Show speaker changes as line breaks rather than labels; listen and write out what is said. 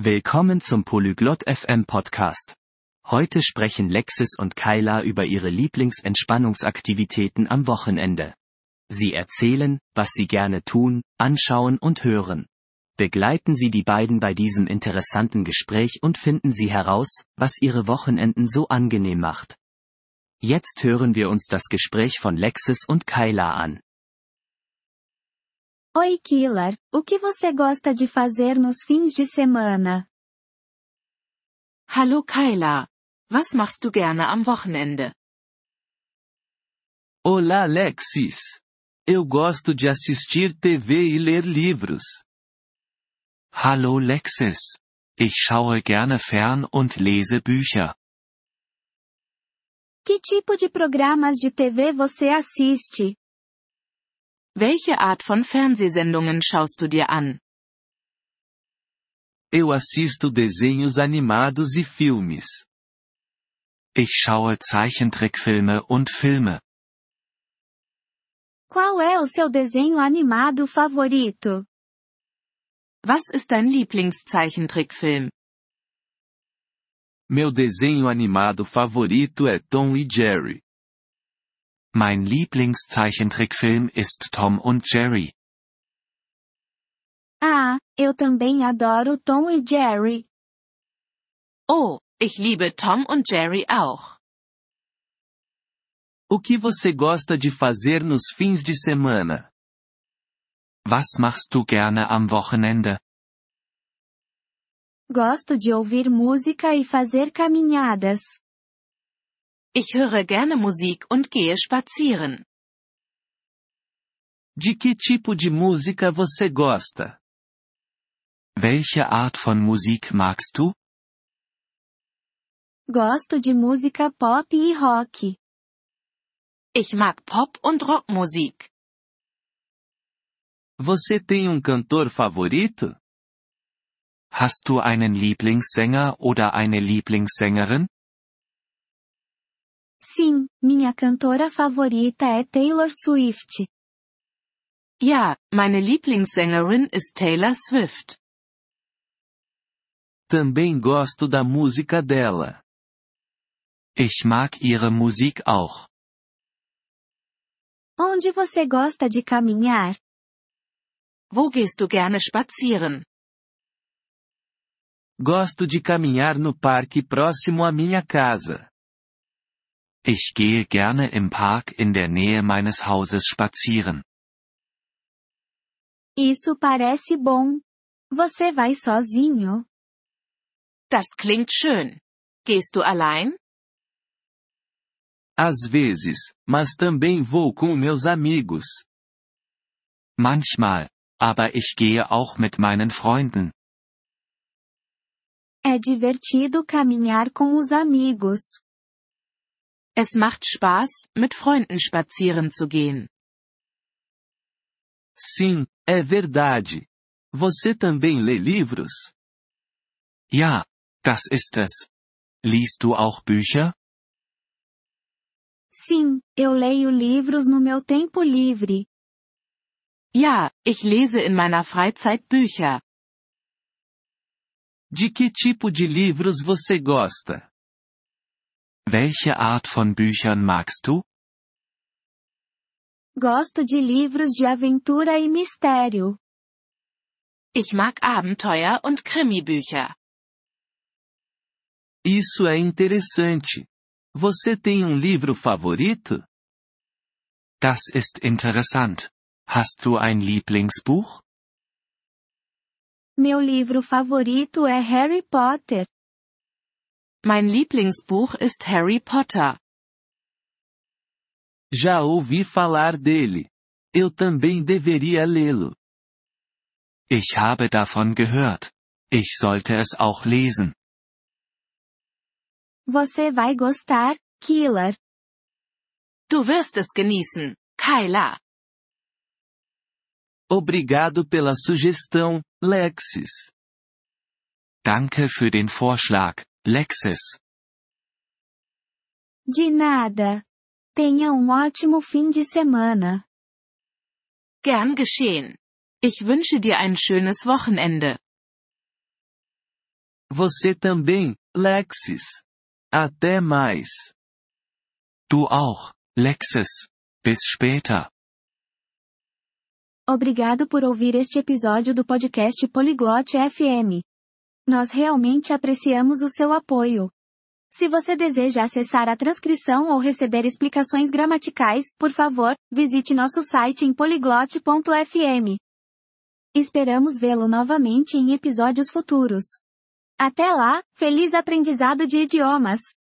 Willkommen zum Polyglot FM Podcast. Heute sprechen Lexis und Kyla über ihre Lieblingsentspannungsaktivitäten am Wochenende. Sie erzählen, was sie gerne tun, anschauen und hören. Begleiten Sie die beiden bei diesem interessanten Gespräch und finden Sie heraus, was ihre Wochenenden so angenehm macht. Jetzt hören wir uns das Gespräch von Lexis und Kyla an.
Oi, Killer. O que você gosta de fazer nos fins de semana?
Hallo Kyla. Was machst du gerne am Wochenende?
Olá, Alexis. Eu gosto de assistir TV e ler livros.
Hallo Lexis. Ich schaue gerne fern und lese Bücher.
Que tipo de programas de TV você assiste?
Welche Art von Fernsehsendungen schaust du dir an?
Eu assisto desenhos animados e filmes.
Ich schaue Zeichentrickfilme und Filme.
Qual é o seu desenho animado favorito?
Was ist dein Lieblingszeichentrickfilm?
Meu desenho animado favorito é Tom e Jerry.
Mein Lieblingszeichentrickfilm ist Tom und Jerry.
Ah, eu também adoro Tom e Jerry.
Oh, ich liebe Tom und Jerry auch.
O que você gosta de fazer nos fins de semana?
Was machst du gerne am Wochenende?
Gosto de ouvir música e fazer caminhadas.
Ich höre gerne Musik und gehe spazieren.
De que tipo de música você gosta?
Welche Art von Musik magst du?
Gosto de música pop e rock.
Ich mag Pop- und Rockmusik.
Você tem um cantor favorito?
Hast du einen Lieblingssänger oder eine Lieblingssängerin?
Sim, minha cantora favorita é Taylor Swift.
Ja, meine Lieblingssängerin ist Taylor Swift.
Também gosto da música dela.
Ich mag ihre Musik auch.
Onde você gosta de caminhar?
Wo gehst du gerne spazieren?
Gosto de caminhar no parque próximo à minha casa.
Ich gehe gerne im Park in der Nähe meines Hauses spazieren.
Isso parece bom. Você vai sozinho?
Das klingt schön. Gehst du allein?
Às vezes, mas também vou com meus amigos.
Manchmal. Aber ich gehe auch mit meinen Freunden.
É divertido caminhar com os amigos.
Es macht Spaß, mit Freunden spazieren zu gehen.
Sim, é verdade. Você também lê livros?
Ja, das ist es. Liest du auch Bücher?
Sim, eu leio livros no meu tempo livre.
Ja, ich lese in meiner Freizeit Bücher.
De que tipo de livros você gosta?
Welche Art von Büchern magst du?
Gosto de livros de aventura e mistério.
Ich mag Abenteuer- und Krimibücher.
Isso é interessante. Você tem um livro favorito?
Das ist interessant. Hast du ein Lieblingsbuch?
Meu livro favorito é Harry Potter.
Mein Lieblingsbuch ist Harry Potter.
Já ouvi falar dele. Eu também deveria lê-lo.
Ich habe davon gehört. Ich sollte es auch lesen.
Você vai gostar, Killer.
Du wirst es genießen, Kyla.
Obrigado pela sugestão, Lexis.
Danke für den Vorschlag, Lexis.
De nada. Tenha um ótimo fim de semana.
Gern geschehen. Ich wünsche dir ein schönes Wochenende.
Você também, Lexis. Até mais.
Du auch, Lexis. Bis später.
Obrigado por ouvir este episódio do podcast Poliglote FM. Nós realmente apreciamos o seu apoio. Se você deseja acessar a transcrição ou receber explicações gramaticais, por favor, visite nosso site em poliglote.fm. Esperamos vê-lo novamente em episódios futuros. Até lá, feliz aprendizado de idiomas!